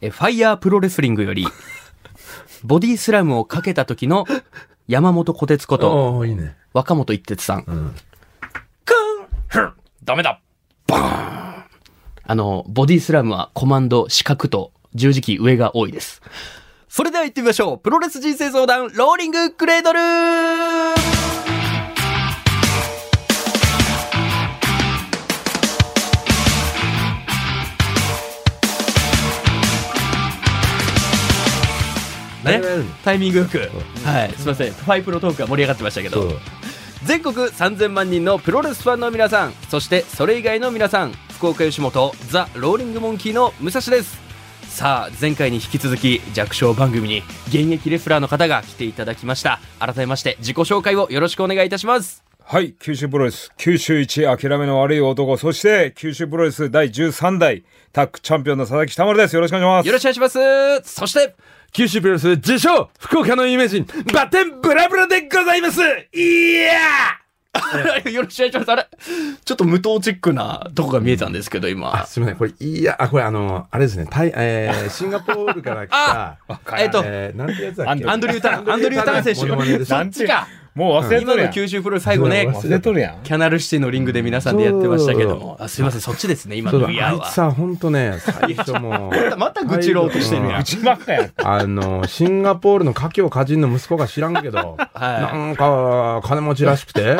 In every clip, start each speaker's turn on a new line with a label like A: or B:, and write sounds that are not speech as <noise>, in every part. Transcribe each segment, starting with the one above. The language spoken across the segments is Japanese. A: えファイヤープロレスリングより、ボディスラムをかけた時の山本小鉄こと、
B: おおいいね。
A: 若本一徹さん。
B: うん。
A: ダメだバーンあの、ボディスラムはコマンド、四角と十字キー上が多いです。それでは行ってみましょう。プロレス人生相談、ローリングクレードルね
B: 何がやるの、
A: タイミングよく。はい、すいません。ファイプロトークは盛り上がってましたけ
B: そ
A: ど
B: う。。
A: 全国3000万人のプロレスファンの皆さんそしてそれ以外の皆さん福岡吉本ザ・ローリングモンキーの武蔵ですさあ前回に引き続き弱小番組に現役レスラーの方が来ていただきました改めまして自己紹介をよろしくお願いいたします
C: はい、九州プロレス、九州一諦めの悪い男、そして九州プロレス第13代タッグチャンピオンの佐々木たまるです。よろしくお願いし
A: よろ
C: ま
A: しくお願いしますそして
B: 九州プロレス自称、福岡の有名人、バテンブラブラでございますいや
A: <laughs> よろしくお願いしますあれちょっと無糖チックなとこが見えたんですけど今
B: ーすみません、これ、いや、あ、これあの、あれですね、タイ、え
A: <laughs>
B: ー、シンガポールから来た、
A: えっと
B: えー、なんてやつだっけ
A: アンドリュー・ターンアンドリュー・ターン選手
B: モノマネです
A: そっちか
C: す。もう忘れ
A: 今
C: とるや
A: の
C: ん。
A: 九州プロレス最後ね
B: 忘れとる
C: やん。
A: キャナルシティのリングで皆さんでやってましたけども。あすいません、そっちですね、今
B: そ
A: の
B: うだ
A: VR
B: あいつ
A: は。
B: さ、ほんとね、最初もう。
A: <laughs> また愚痴ろうとしてるやん
C: う。ちばっかやん。
B: あの、シンガポールの家境家人の息子が知らん
A: <laughs>
B: けど、なんか、金持ちらしくて、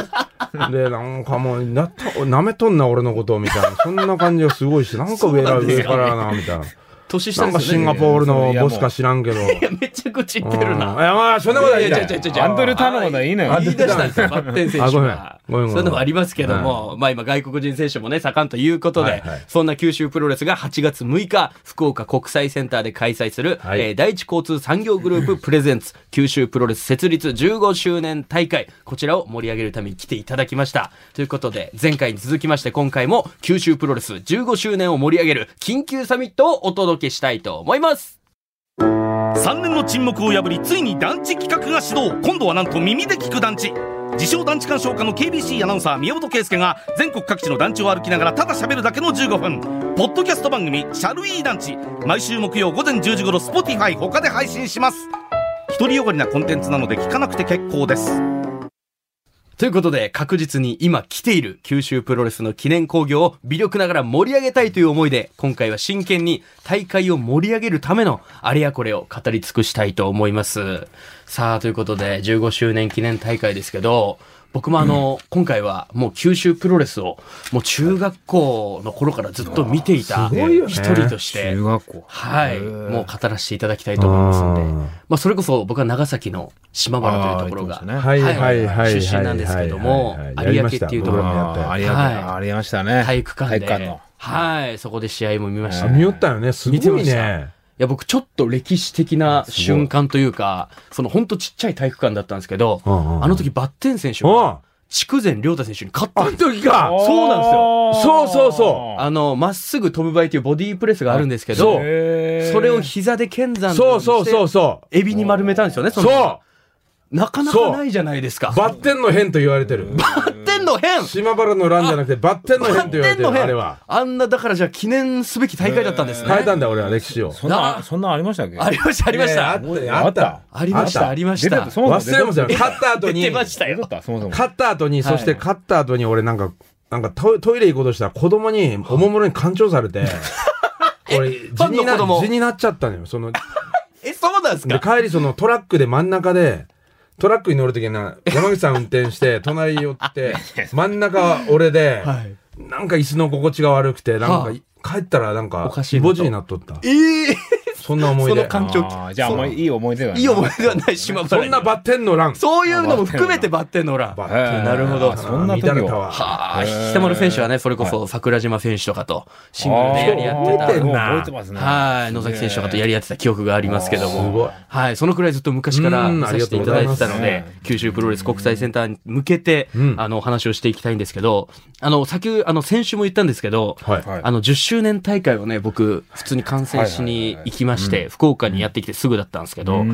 B: で、なんかもう、なっと、舐めとんな、俺のこと、みたいな。そんな感じがすごいし、なんか上
A: そうな
B: ら
A: んですよ
B: 上
A: ね
B: からな、みたいな。
A: 年下
B: なん
A: で
B: か
A: す
B: シ
A: よ
B: ン
A: ね。
B: ガポールのボスか知らんけど。
A: <laughs> いや、めっちゃ愚痴言ってる
B: うん
A: な。
B: いや、まあ、そんなことはいい
A: いや
B: だ
A: いやいやいやい
B: よ。
A: や
C: アンドリュー・ターンのことはいいのよ。
A: 言い出したんですよ、バッテン選手が
B: あ。ごめんごめんごめん
A: そういうのもありますけども、まあ今外国人選手もね、盛んということで、
B: はいはい
A: そんな九州プロレスが8月6日、福岡国際センターで開催する、
B: はい
A: えー第一交通産業グループプレゼンツ、九州プロレス設立15周年大会、こちらを盛り上げるために来ていただきました。ということで、前回に続きまして今回も九州プロレス15周年を盛り上げる緊急サミットをお届けしたいと思います。
D: 3年の沈黙を破りついに団地企画が始動今度はなんと耳で聞く団地自称団地鑑賞家の KBC アナウンサー宮本圭介が全国各地の団地を歩きながらただ喋るだけの15分ポッドキャスト番組「シャルイー団地」毎週木曜午前10時頃 Spotify 他で配信します独りよがりなコンテンツなので聞かなくて結構です
A: ということで、確実に今来ている九州プロレスの記念興行を微力ながら盛り上げたいという思いで、今回は真剣に大会を盛り上げるためのあれやこれを語り尽くしたいと思います。さあ、ということで、15周年記念大会ですけど、僕もあの、今回はもう九州プロレスを、もう中学校の頃からずっと見ていた
B: すごいよね
A: 一人として、
C: 学校。
A: はい、もう語らせていただきたいと思いますので、
B: うん
A: まあ、それこそ僕は長崎の島原というところが、
B: は
A: はい出身なんですけども有明っていうところに
B: あ
C: ああ
B: っ
C: り
A: はい
C: がありましたね。
A: 体育館で。
C: 体育館の。
A: はい、そこで試合も見ました
B: た。
A: ね。
B: 見
A: い
B: よったよね、す
A: 見て
B: ご
A: ま
B: い
A: した
B: ね。
A: や、僕ちょっと歴史的な瞬間というか、そのほんとちっちゃい体育館だったんですけど、
B: うんうんうん
A: あの時バッテン選手
B: うん
A: が、。筑前亮太選手に勝った
B: あ
A: ん
B: ん
A: です
B: 時か
A: そうなんですよ
B: そうそうそ
A: あの、まっすぐ飛ぶ場合というボディープレスがあるんですけ
B: そ
A: ど、
B: う
C: へー
A: それを膝で剣山のよ
B: そうう
A: にし
B: そう
A: て
B: そうそ
A: エビに丸めたんですよね、
B: う。
A: その
B: そう
A: なかなかないじゃないですか。
B: バッテンの変と言われてる。
A: バッテンの変
B: 島原の乱じゃなくてバッテンの変と言われてる、あれは。
A: あんな、だからじゃあ記念すべき大会だったんですね。
B: 変えたんだよ、俺は歴史を。
C: そんな、そんなありましたっけ
A: ありました、ありまし
B: いや
A: た。
B: あったよあった。
A: ありました、ありました。
C: そも
B: 忘れもせ
A: <laughs>
B: ん。勝った後に、
A: 出ま
B: 勝
A: したよ。
C: そもそも。
B: った後に、そして勝った後に俺なんか、なんかトイトイレ行こうとしたら子供に、おもむろに勘調
A: <laughs>
B: されて、俺、
A: ァ
B: 地
A: ンの
B: にな
A: 子供
B: 地になっちゃったのよ。その、
A: え、そうなんです
B: で
A: か
B: 帰りそのトラックで真ん中でトラックに乗るときにな山口さん運転
A: <laughs>
B: して隣寄って真ん中は俺で、
A: はい
B: なんか椅子の心地が悪くてなんか
A: はい
B: 帰ったらなんか
A: おかしい
B: イ
A: なと
B: ボジになっとった
A: ええ
B: そんな思い
A: その
B: 出
A: 感情。
C: あーじゃあ、あんまりいい思い出が
A: いい思い出はない、島
B: そ
A: 原
B: ん
A: に
B: なバッテンの欄
A: そういうのも含めてバッテンの裏。
B: バッ
A: は
B: テン
A: なるほど
B: あー
C: そんな時は
B: 乱れたわ
A: あ、久丸選手はね、それこそ桜島選手とかとシングル
C: あ
A: で
C: ー
A: やり合
B: 覚えてん
A: っ
B: な
C: 覚えてます
A: て
C: ね。
A: た。はい、野崎選手とかとやり合ってた記憶がありますけど
B: すご
A: も
B: い。
A: はい、そのくらいずっと昔から
B: うん
A: させていただいてたの
B: あり
A: で、九州プロレス国際センターに向けて
B: うん、
A: あの、お話をしていきたいんですけど、あの、先、あの、先週も言ったんですけど、
B: はい、
C: はい
A: あの、10周年大会をね、僕、普通に観戦しに行きまして、福岡にやってきてすぐだったんですけど、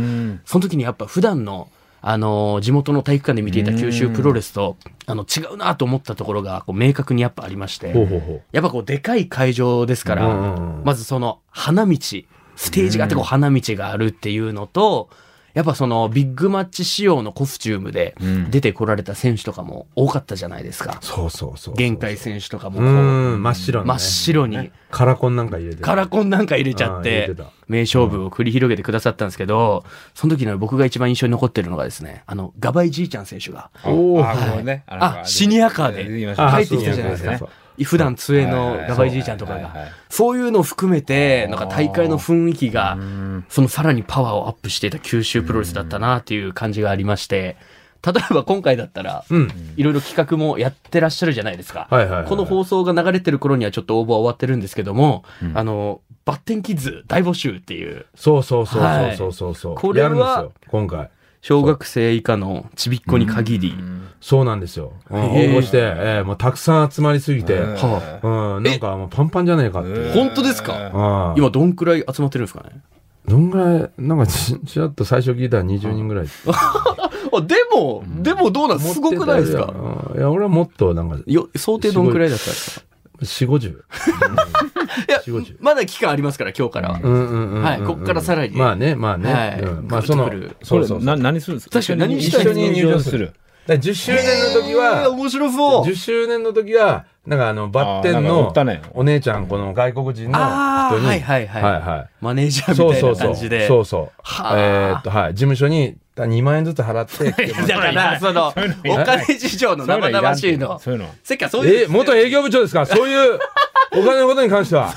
A: その時にやっぱ普段の、あのー地元の体育館で見ていた九州プロレスと、あの、違うなと思ったところが、こう、明確にやっぱありまして、
B: ほうほうほう
A: やっぱこう、でかい会場ですから、
B: うんうんうん
A: まずその、花道、ステージがあってこう花道があるっていうのと、やっぱそのビッグマッチ仕様のコスチュームで出てこられた選手とかも多かったじゃないですか。
B: そうそうそう。
A: 玄海選手とかも
B: う
A: こう、
B: ん、真っ白
A: 真
B: な
A: っ
B: ね。
A: 白に
B: カラコンなんか入れて。
A: カラコンなんか入れちゃっ
B: あー
A: て
B: 入れてた、
A: 名勝負を繰り広げてくださったんですけど、その時の僕が一番印象に残ってるのがですね、あの、ガバイじいちゃん選手が
B: おー
C: あ、これね。
A: あシニアカーで
C: 言いました
B: あ
A: 入ってきたじゃないです
B: そう
A: か
B: そうそう。
A: 普段杖のガバイじいちゃんとかが。そういうのを含めて、なんか大会の雰囲気が、そのさらにパワーをアップしていた九州プロレスだったなっていう感じがありまして、例えば今回だったら、いろいろ企画もやってらっしゃるじゃないですか。
B: はいはいはいはい
A: この放送が流れてる頃にはちょっと応募は終わってるんですけども、あの、バッテンキッズ大募集っていう、
B: そうそうそうそうそうそう。
A: はいこれは
B: やるんですよ、今回。
A: 小学生以下のちびっこに限り、
B: そうなんですよ。うん応
A: へー
B: 募して、えーもうたくさん集まりすぎて、うん、
A: は
B: なんかもうパンパンじゃねえかっていう。
A: 本当ですか
B: ああ
A: 今どんくらい集まってるんですかね
B: どんぐらい、なんかち、ちらっと最初聞いたら20人ぐらいって。
A: あ、でも、でもどうなんすごくないですか
B: うんいや、俺はもっとなんか、
A: よ想定どんくらいだったんですか
B: 4、50。
A: いや
B: 4 50、
A: まだ期間ありますから、今日からは。
B: うんうんうんうん。
A: はいこっからさらに
B: まあね、まあね。
A: はい
B: うんまあその
A: ぐるぐる、
C: そ
B: そうう
C: そ
B: そうう。
C: な何するんですか
A: 確かに何し
B: 一
A: たい
B: 緒
A: んです
B: に
A: か
B: 入場する。だから10周年の時は、
A: 面白そう。
B: 10周年の時は、なんかあの、バッテン
C: あーなんか売
B: の
C: ったね、
B: お姉ちゃん、この外国人の人に、
A: あーはいはいはい
B: はいは
A: マネージャー
B: い。
A: み
B: そう
A: たい
B: そ
A: な
B: うそ
A: 感
B: う。
A: じで。
B: そうそう。
A: はあ
B: えーっと、はい。事務所に2万円ずつ払って
A: <laughs>
B: 来てもらっ
A: だか
B: て、
A: ら、その、お金事情の生々しいの。
C: そういうのいらんって
A: せっかそういう。
B: え、元営業部長ですかそういう、お金のことに関しては。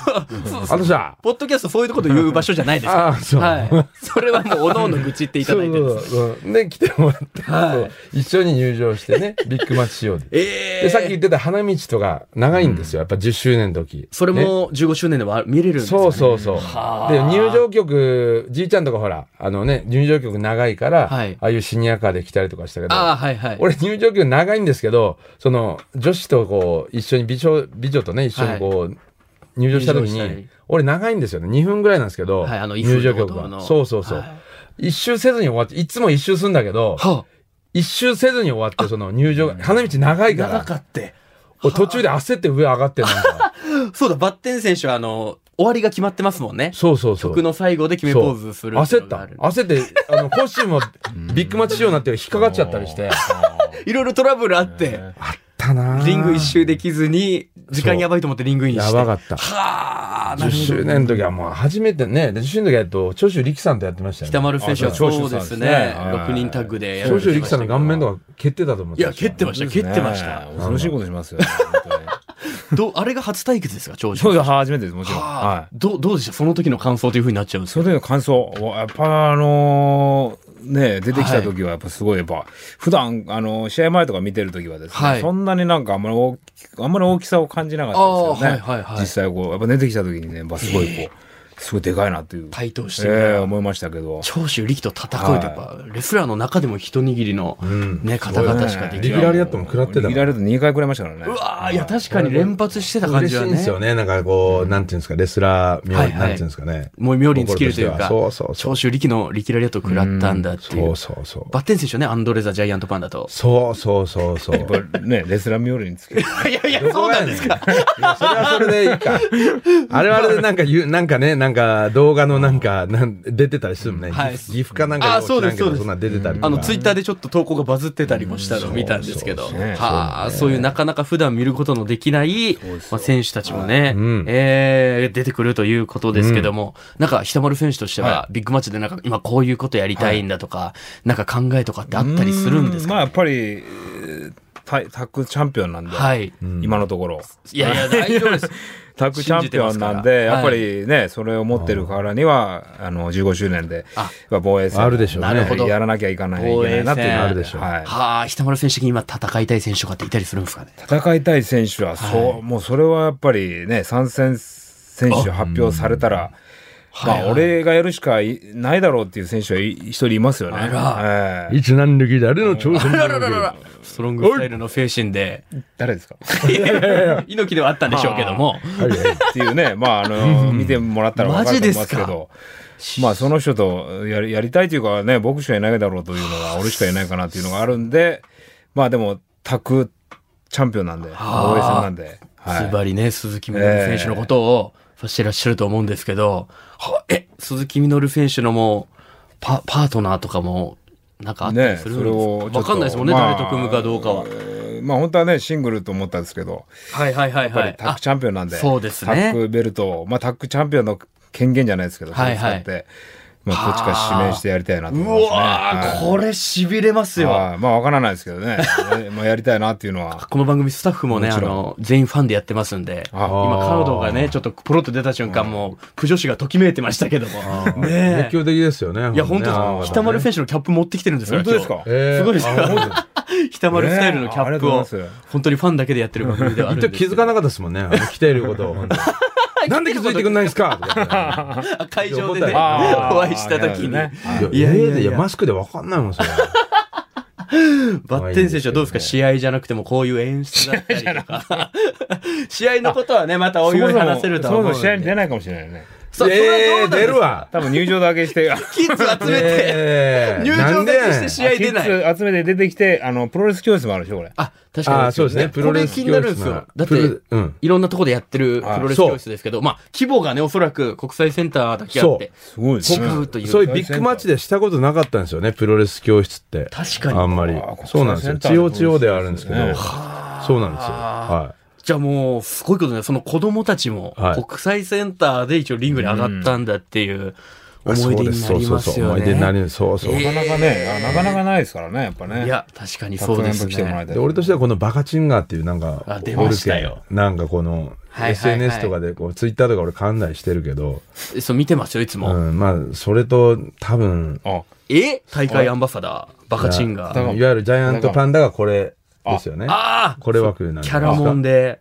B: あとじゃ
A: ポッドキャストそういうこと言う場所じゃないです
B: <laughs> あ
A: か
B: あー、そう。
A: ら。はい。それはもう、おのおの愚痴っていただいてるんです。
B: そうそうそうで来てもらって、そう一緒に入場してねビッグマッチ仕様で,、
A: ええ。
B: でさっき言ってた花道とか長いんですよやっぱ10周年の時
A: それ
B: ね
A: も15周年では見れるんです
B: そう
A: う。
B: そうそう。で、入場曲、じいちゃんとかほら、あのね、入場曲長いから、
A: はい
B: ああいうシニアカーで来たりとかしたけど、
A: ああ、はいはい。
B: 俺入場曲長いんですけど、その、女子とこう、一緒に美女、美女とね、一緒にこう、入場した時
A: 入場したり
B: に、俺長いんですよね。2分ぐらいなんですけど、
A: はいあの
B: 入場曲
A: 威風堂々の
B: が。そうそうそう。
A: は
B: 一周せずに終わって、いつも一周するんだけど、
A: は
B: 一周せずに終わって、その入場、花道長い
A: あ、
B: か
A: 長
B: ら、
A: かって。
B: 俺途中で焦って上上がってなんか。
A: そうだ、バッテン選手は、あの、終わりが決まってますもんね。
B: そうそうそう。
A: 曲の最後で決めポーズするってい
B: 焦
A: うの
B: っ
A: があ
B: た
A: る。
B: 焦って、あ
A: <laughs>
B: の、コスチュームもビッグマッチ仕様になって引っかかっちゃったりして。
A: <laughs> いろいろトラブルあって、
B: たな
A: リング一周できずに、時間やばいと思ってリングインして。
B: やばかった。
A: はあ、な
B: 10
A: るほ
B: 周
A: ど。
B: 年の時はもう初めてね、で10周年の時はえっと、長州力さんとやってましたよね。
A: 北丸選手は
C: あそう
A: そうですね。
C: 長州さんですね
A: 6人タッグでやら
B: 長
A: れて
B: 州
A: ま
B: 力
A: した
B: さん
A: けど
B: の顔面とか蹴ってたと思って
A: いや、蹴ってました、蹴ってまし
C: ね
A: た。
C: え恐ろしいことしますよ。
A: どうあれが初対決ですか、長州。
C: そうです、初めてです、もちろん。
A: はあ
C: は、い。
A: どうどうでしたその時の感想というふうになっちゃうんです
C: そ
A: よ。
C: の時の感想、やっぱあのーね、出てきた時はやっぱすごい、やっぱ、普段、あのー、試合前とか見てる時はですね、
A: はい
C: そんなになんかあんまり大きく、あんまり大きさを感じなかったんですよね。
A: あーはいはいはい
C: 実際こう、やっぱ出てきた時にね、やっぱすごいこう、すごいでかいなという。
A: 対等してみたいな
C: ええ思いましたけど。
A: 長州力と戦うとやっぱ、レスラーの中でも一握りの、ね、方々しかでき
B: リ
A: ない。
B: ギュラリアットも食らってたもん
C: リギュラリアット2回食らいましたからね。
A: うわあいや、確かに連発してた感
B: 嬉
A: じ
B: しい
A: は
B: んで
A: ね
B: す。よね。なんかこう、なんていうんですか、レスラー、妙
A: はいはい
B: なんていうんですかね。
A: もう妙利に尽きるというか、
B: 心としてはそうそう
A: 長州力の力ラリアットを食らったんだってい
B: そうう。そうそう。
A: バッテン選手はね、アンドレザ・ジャイアントパンダと。
B: そうそうそうそう。い
C: やっぱね、レスラーミョールにつけて。
A: <laughs> いやいや、そうなんですか。
B: やそれはそれでいいか。あれはあれでなんか言う、なんかね、なんか動画のなんか、なん出てたりするもんね。
A: はい
B: 岐阜岐阜かなんか
A: あそうです
B: 知ら
A: そ
B: んけど
A: うです
B: そんなん出てたりとか。
A: あの、ツイッターでちょっと投稿がバズってたりもしたのを見たんですけど、
C: そうそうそう
A: はあ、そういうなかなか普段見ることのできない、まあ、選手たちもね、
B: ん
A: えー出てくるということですけども、なんか、ひたまる選手としては、ビッグマッチでなんか、今こういうことやりたいんだとか、なんか考えとかってあったりするんです
C: まあ
A: か
C: やっぱり、えータタッグチャンピオンなんで、
A: はい。
C: 今のところ。
A: いやいや、大丈夫です。
C: タッグチャンピオンなんで、やっぱりね、それを持ってるからには、あの、15周年で、やっぱ防衛戦
B: あるでしょうね
C: やっぱり
A: なるほど
C: やらなきゃいかない、いけないなっていうの
A: 防衛
C: は
A: 戦あ
B: るでしょう
C: は
A: <laughs>
C: い。
A: はあ、ひたまる選手的に今戦いたい選手とかっていたりするんですかね。
C: 戦いたい選手は、そう、もうそれはやっぱりね、参戦選手発表されたら、まあ、俺がやるしかいないだろうっていう選手はい一人いますよね。ええ
B: いつ何力誰の挑戦
A: あらららららストロングスタイルの精神で、
C: 誰ですか
A: いやいやいや <laughs> 猪木ではあったんでしょうけども、
C: っていうね、まあ、あの、見てもらったら分かると思いますけ
A: マジ
C: ど、まあ、その人とやりやりたいというかね、僕しかいないだろうというのが、俺しかいないかなっていうのがあるんで、まあ、でも、タクチャンピオンなんで、
A: あー
C: 大江さんなんで、
A: ズ
C: は
A: バリね、鈴木みのり選手のことを指してらっしゃると思うんですけど、はえ、鈴木みのる選手のもうパパートナーとかもなんかあったり
C: ね
A: するん
C: そ
A: で
C: れ
A: すか
C: をちょっと
A: わかんないですもんね、
C: まあ
A: 誰と組むかどうかは
C: え。ーまあ本当はねシングルと思ったんですけど
A: はいはいはい
C: やっ
A: は
C: ぱ
A: い
C: り。タッグチャンピオンなんで、
A: あそうですね
C: タッグベルトを、まあ、タッグチャンピオンの権限じゃないですけど、
A: はいはい
C: それ使って、まあ、どっちか指名してやりたいなと思いますね。
A: うわー、こ
C: れで
A: れ痺れますよ。
C: まあ、わからないですけ
A: <laughs>
C: どね。ねまあ、やりたいなっていうのは。
A: この番組スタッフもね、
C: も
A: あ
C: ちろん
A: の、全員ファンでやってますんで、今
C: あ
A: カードがね、ちょっとポロッと出た瞬間、もう、プジョ氏がときめいてましたけども。ね
B: 熱
A: え。
B: 狂的ですよね。
A: いや、本
B: ね
A: 当北丸選手のキャップ持ってきてるんですよ
C: 本当ですか
A: 今日
B: えー
A: すごいですよ
B: あ本当です。
A: <laughs> 北丸スタイルのキャップ
C: ね
A: を
C: えありがとうございま、
A: 本当にファンだけでやってる番組ではあるん
B: 一
A: です
B: 応
A: けど
B: 気づかなかったですもんね。あの来ている
A: <laughs>
B: ことを。本当になんで気づいてくんないんですかとか
A: あ会場 <laughs> でね、お
C: あー
A: 会いした時に。
C: ね
B: 言って。
A: い
B: い
A: や
B: や
A: いやい
B: い
A: や
B: やいや、マスクでわかんないもん、それ。
A: バッテン選手はどうですか試合じゃなくてもこういう演出だったりとか。 <laughs> 試合のことはね、またおいおい話せるとは
C: そ
A: 思
C: も
A: う
C: <laughs> そも
A: ん
C: 試合に
A: で。
C: 出ないかもしれないね。
A: <laughs> そうそれは
B: え
A: どうなんで
B: え出
A: す
B: るわ。
C: 多分入場だ
A: <laughs>
C: けして、
A: キッズ集めて、
B: ええ
A: 入場だけして試合出ない。
C: キッズ集めて出てきて、あの、プロレス教室もあるでしょ、これ。
A: あ、確かに。
B: ああ、そうですね。プロレス
A: これ気になるんですよ。だっ
B: プロレ
A: て
B: ス、うん。
A: いろんなとこでやってるプロレス教
B: あ
A: 室ですけど、まあ、規模がね、おそらく国際センターだけあって、
C: すごいです
A: 違
C: ね。
A: うという。
B: そういうビッグマッチでしたことなかったんですよね、プロレス教室って。
A: 確か
B: あ
A: に。
B: んまり
C: あ。国際
B: そうなんですよ。
C: センタ
B: 地
C: ー
B: 方
C: で
B: 地方ではあるんですけど
C: ね。
B: そうなんですよ。は
A: じゃあもう、すごいことね、その子供たちも
B: はい、
A: 国際センターで一応リングに上がったんだっていう
B: い。
A: 思い出になります
B: そうそうそう
A: よ
B: 思い出にな
A: ね。
B: りそうそう。
C: なかなかね、あなかなかないですからね、やっぱね。
A: いや、確かに
C: たく
A: そう
C: さんや
A: で
C: っぱ
A: す
C: 来てもら
A: ね
C: い。たい
B: で俺としてはこのバカチンガーっていうなんか
A: あ出ましたよ
B: おるけんなんかこの
A: はいはいはい
B: SNS とかでこうツイッターとか俺勘内してるけど、
A: そう、見てますよ、いつ
B: う
A: も。
B: ん、まあそれと多分
C: あ、
A: え大会アンバサダー、バカチンガ
B: い
A: ー。
B: わゆるジャイアントパンダがこれですよね
A: ああ
B: これ枠なんで
A: キ
B: すか
A: ャラモンで、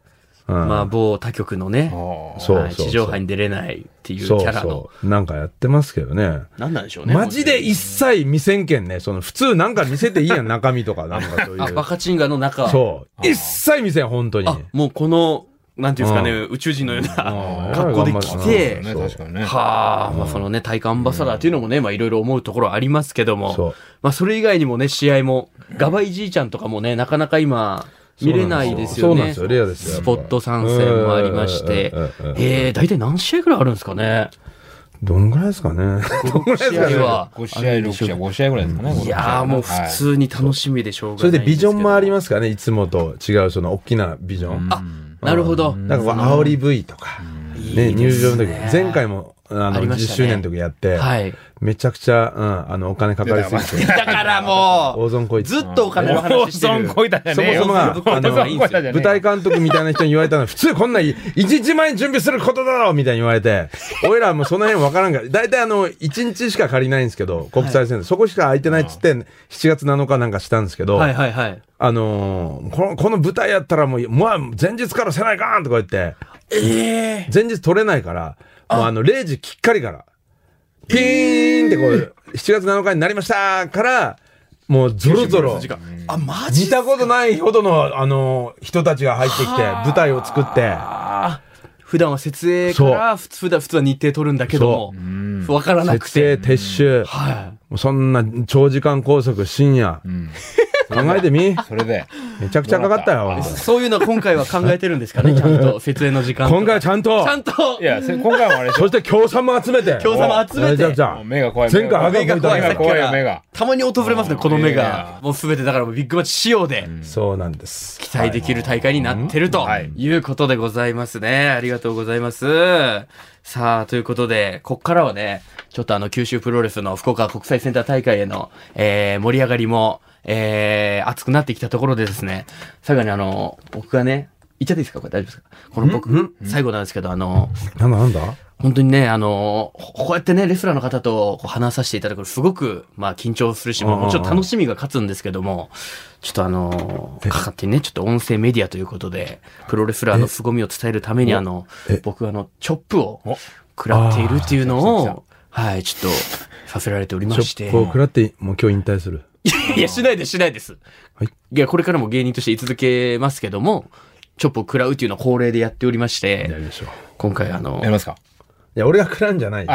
B: うん
A: まあ、某他局のね、
C: ああ。
B: そう
A: はい
B: そう
A: 地上波に出れないっていうキ
B: そう
A: ャラの
B: そ。うなんかやってますけどね
A: なんなんでしょうね。
B: マジで一切見せんけんねその普通なんか見せていいやん
A: <laughs>
B: 中身とかなんかそうい
A: あ、バ
B: う
A: カチンガの中。
B: そう一切見せん本当に
A: あ、もうこの、なんていうんですかね、宇宙人のような格好で来て、
C: ね、
B: そう
C: 確かにね。
A: はあ、まあそのね、体感アンバサダーっていうのもね、まあいろいろ思うところはありますけど
B: そ
A: も
B: う、
A: まあそれ以外にもね、試合も、ガバイじいちゃんとかもね、なかなか今、見れないですよね。
B: そうなんですよレアですよ
A: スポット参戦もありまして
B: うんうんうんうん。
A: えー、大体何試合ぐらいあるんですかね。
B: どんぐらいですかねどんぐらいですか
A: 試
B: ね
A: 合は。
C: 5試合、6試合、5試合ぐらいですかね。
A: いやーもう普通に楽しみでしょうが
B: そ
A: ない
B: れ
A: ん
B: です
A: けど
B: ビジョンもありますからねいつもと違うその大きなビジョン
A: あ、なるほど。
B: なんかこう煽り V とか、ね、入場の時、前回も、あ
A: あ
B: の、
A: りま
B: 10
A: したね
B: 周年の時やって、
A: はい。
B: めちゃくちゃ、うん、あの、お金かかりすぎて、
A: だからも
B: 大損こ
A: う、
B: いつ
A: ず。っとお金の
C: オー
A: 話して
C: ソン
A: る。
C: こいたじゃ
B: そ
C: ね
B: も
C: え
B: そもが、あの、
A: いいんですよ
B: 舞台監督みたいな人に言われたのは、普通こんな1日前に準備することだろうみたいに言われて、俺らもうその辺わからんから、大体あの、1日しか借りないんですけど、国際線で、そこしか空いてないっつって、7月7日なんかしたんですけど、
A: はいはいはい。
B: あのーこの、この舞台やったらもう、まあ、前日からせないかんとか言って、前日取れないから、もうあの、0時きっかりから、ピーンってこう、7月7日になりましたから、もうゾロゾロ、
A: あ、マ
B: 見たことないほどの、あのー人たちが入ってきて、舞台を作って、
A: 普段は設営から、普通普段普通は日程取るんだけども、わからなく
B: 設営、
A: て。
B: 撤収、
A: は
B: もうそんな長時間拘束、深夜、考えてみ、
C: それで。
B: めちゃくちゃかかったよ。
A: い。そう <laughs> いうのは今回は考えてるんですかね、ちゃんと。設営の時間とか。
B: 今回はちゃんと
A: ちゃ、んと
C: い、や、せ今回もあれでし
A: <laughs>
B: そ
C: ょ。
B: して協賛も集めて、
A: 協賛も集め
B: じゃ
A: て
B: じ。ゃ
C: もう目が怖い。
B: 前回
C: 目
B: 上が
C: が
B: っ
A: 目が怖い、
C: 目
A: さっき
C: が
A: か
C: 怖いよ、目が
A: ら。。たまに訪れますね、この目
C: い
A: が
C: や。
A: もうすべてだからビッグマッチ仕様で。
B: そうなんです。
A: 期待できる大会になってるということでございますね。ありがとうございます。さあ、ということで、こっからはね、ちょっとあの、九州プロレスの福岡国際センター大会への、えー、盛り上がりも、えー、熱くなってきたところでですね、最後にあの、僕がね、言っちゃっていいですかこれ大丈夫ですかこの僕、最後なんですけど、あの、
B: なんだなんだ
A: 本当にね、あの、ここうやってね、レスラーの方とこう話させていただくと、すごく、まあ、緊張するし、まあもちろん楽しみが勝つんですけども、ちょっとあの、かかってね、ちょっと音声メディアということで、プロレスラーの凄みを伝えるために、あの、僕、あの、チョップを食らっているっていうのを、はい、ちょっと、させられておりま
B: ちょ
A: して。
B: っと食らって、もう今日引退する。
A: いや、しないです、しないです。
B: はい
A: いや、これからも芸人として居続けますけども、チョップを食らうっていうのは恒例でやっておりまして
B: や、りましょう。
A: 今回あの
C: やり、ますか
B: や、俺が食らうんじゃない <laughs> よ。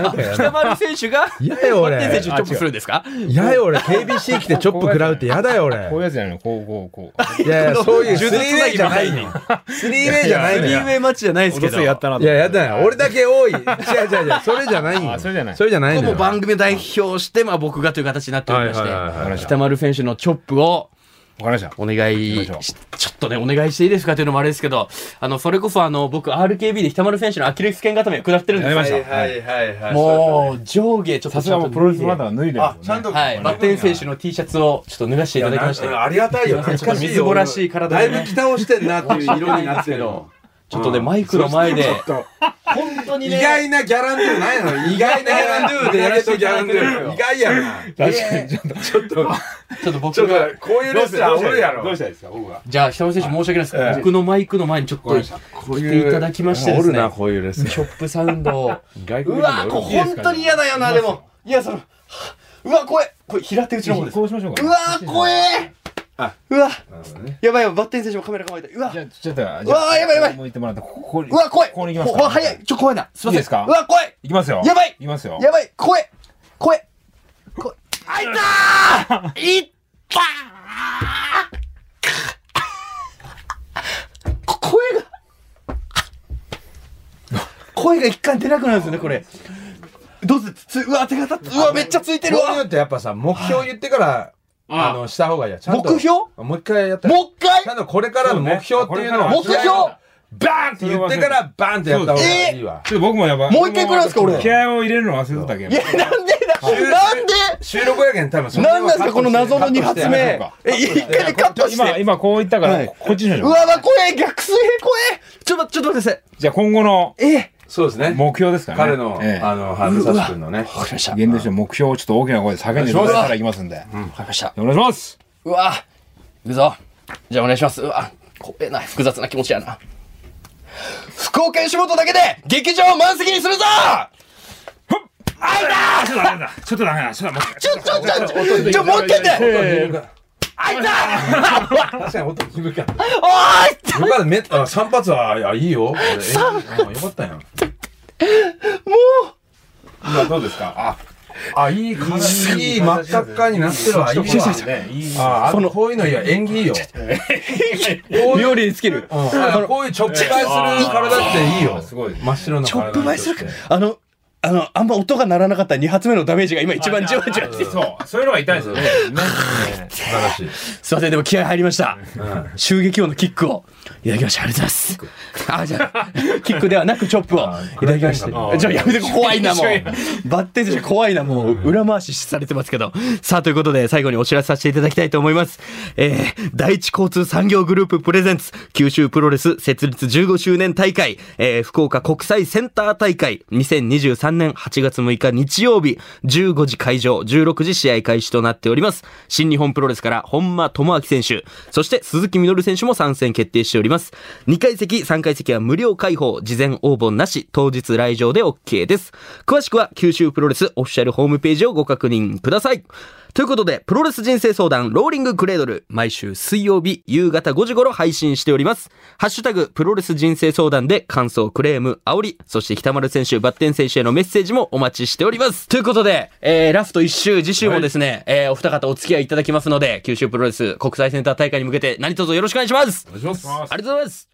A: <laughs>
B: ーあなたがや
A: 北
B: る
A: 丸選手が、
B: 嫌よ、
A: 天選手
B: 俺
A: に。チョップするんですか
B: 嫌よ、俺。KBC 来てチョップ食らうって嫌だよ、俺
C: こういう。やつじゃないのこう、こう、こ
B: いやいや、そういう、
A: 数
B: ス
A: 珠
B: リー
A: つな
B: ウェイ
A: ぎ
B: じ
A: み
B: ゃな
A: た
B: い
A: い
B: の
A: に
B: よ。スリーウェイじゃないの
A: リ
B: よ
A: ーウ。ェイマッチじゃないです
C: う。
A: けど。
C: やったなと
B: い
C: 思
B: や、
C: って
B: やだよ。俺だけ多い。違う違う <laughs> 違う。それじゃないんよ。
C: あそれじゃない
B: それじゃない
A: ここ
B: の
A: も
B: よ。
A: 番組を代表して、まあ僕がという形になっておりまして、
B: はいはいはい
C: わかりました。
A: 北丸選手のチョップを、
C: わかりました。
A: お願いし、ちょっとね、お願いしていいですかというのもあれですけど、あの、それこそあの、僕、RKB で北丸選手のアキレス腱固めを下ってるんです
C: やりました
B: はいはいはい。
A: もう、上下ちょっと
C: さすがもうプロレスマター脱いでる
B: あ
C: もん、ね。
B: ちゃんと。
A: はい、バッテン選手の T シャツをちょっと脱がしていただきまして、
B: ありがたいよ。懐かしいよ
A: 水ぼらしい体
B: だ
A: で
B: いぶ北をしてんなっていう色にな
A: で
B: っ
A: す
B: て
A: け
B: る <laughs> よ
A: ど。、ちょっとね、マイクの前で、
B: と
A: 本当に
B: 意
A: ね、
B: 外なギャランドゥないの意外なギャランドゥでやれとギャランドゥ。意外やな。
C: 確かに、ちょっと。
B: ちょっと、
A: ちょっと僕
B: ちょっと
A: が、、
B: こういうレスラーおるやろ。
C: どうした
B: いですか、僕は。
A: じゃあ、北丸選手申し訳ないです。僕のマイクの前にちょっと来ていただきましてですね、
B: こういうレスラ
A: ショップサウンドを。
B: ー。
A: うわ、これ本当に嫌だよな、でも。いや、その、はうわ、怖え。これ平手打ちの方です。
C: こうしましょうか。
A: うわー、怖え
B: あ
A: うわ、
B: ほどね
A: やばいよ、バッテン選手もカメラ構えてる。うわ
C: じ、ゃあ、ちょっと、じゃあ
A: うわーやばいやばい
C: 向いてもらって、ここに。
A: うわ、怖い。
C: ここに行きます
A: ほ
C: か。
A: ほ早い。。ちょ、怖いな。すいません。
C: いいですか
A: うわ、怖い。
C: いきますよ。
A: やばい
C: いきますよ。
A: やばい。怖え。怖え。怖え。あいたーいったーこ声が、声が一回出なくなるんですよね、これ。どうするつ、うわ、手が立つ。うわ、めっちゃついてる
B: こういうの
A: わ。
B: ってやっぱさ、目標言ってから、あの、した方がいいよ。ちゃんと
A: 目標
B: もう一回やったら
A: もう一回
B: ちゃんとこれからの目標っていうのは、
A: 目標
B: バーンって言ってから、バーンってやった方がいいわ。
C: ちょっと僕もやばい。
A: もう一回来るんですか俺
C: 気合を入れるの忘れてたけど。
A: いや、なんでだなんで
B: 収録やけん、多分そ
A: なんなんですかこの謎の2発目
C: カット。
A: え、一回でカットし
C: 今、
A: て。
C: 今こう言ったか
A: はい
C: ら、ここっちにしまし
A: う
C: ょう
A: わ、怖え、逆水平怖え。ちょっと、ちょっと待ってください。
C: じゃあ今後の
A: ええ、
B: そうですね。
C: 目標ですからね。
B: 彼の、
C: ええ
B: あの、ハーブサシ君のね。
A: わかりました。わか
C: 現代人の目標をちょっと大きな声で叫んでいただいたらいきますんで。
A: りました。
C: お願いします
A: うわ、行くぞ。じゃあお願いします。うわ、怖えな、複雑な気持ちやな。福岡吉本だけで劇場を満席にするぞ
C: あちょっとダメだちょっとダメだちょっともう
A: ちょ、ちょ、ちょ、ちょ、ちょ、もう一回やって
B: 音響が
A: あいた
B: 確かに音響が。
A: おーい
B: よかった、め、あ、三発は、いや、いいよ。これええあよかったやん。
C: 今どうですか
B: あ、いい感じ。いい、真っ赤っかになってるわ。いいわ。あ、あの、こういうの、いや、縁起いいよ。
A: 料理につける。
B: うんあこういうちょっぴかいする体っていいよ。すごい。真っ白な体。
A: ちょっぴかいするか。あの、あの、あんま音が鳴らなかった2発目のダメージが今一番じわじわして。
C: そうそういうのが痛いですよね
B: 素晴らしい。
A: すいません、でも気合入りました。
B: うん。
A: 襲撃王のキックをいただきました。ありがとうございます。あ、じゃあ、キックではなくチョップをいただきまして。
B: あ
A: じゃあやめて、怖いな、もう。バッテン選手怖いな、もう裏回しされてますけど。さあ、ということで最後にお知らせさせていただきたいと思います。えー、第一交通産業グループプレゼンツ、九州プロレス設立15周年大会、えー、福岡国際センター大会、2023年8月6日日曜日、15時会場、16時試合開始となっております。新日本プロレスから本間智明選手、そして鈴木みのる選手も参戦決定しております。2階席、3階席は無料開放、事前応募なし、当日来場で OK です。詳しくは九州プロレスオフィシャルホームページをご確認ください。ということで、プロレス人生相談、ローリングクレードル、毎週水曜日夕方5時頃配信しております。ハッシュタグ、プロレス人生相談で感想、クレーム、煽り、そして北丸選手、バッテン選手へのメッセージもお待ちしております。ということで、えー、ラスト1周、次週もですね、えーお二方お付き合いいただきますので、九州プロレス国際センター大会に向けて何卒よろしくお願いします。
B: お願いします。
A: ありがとうございます。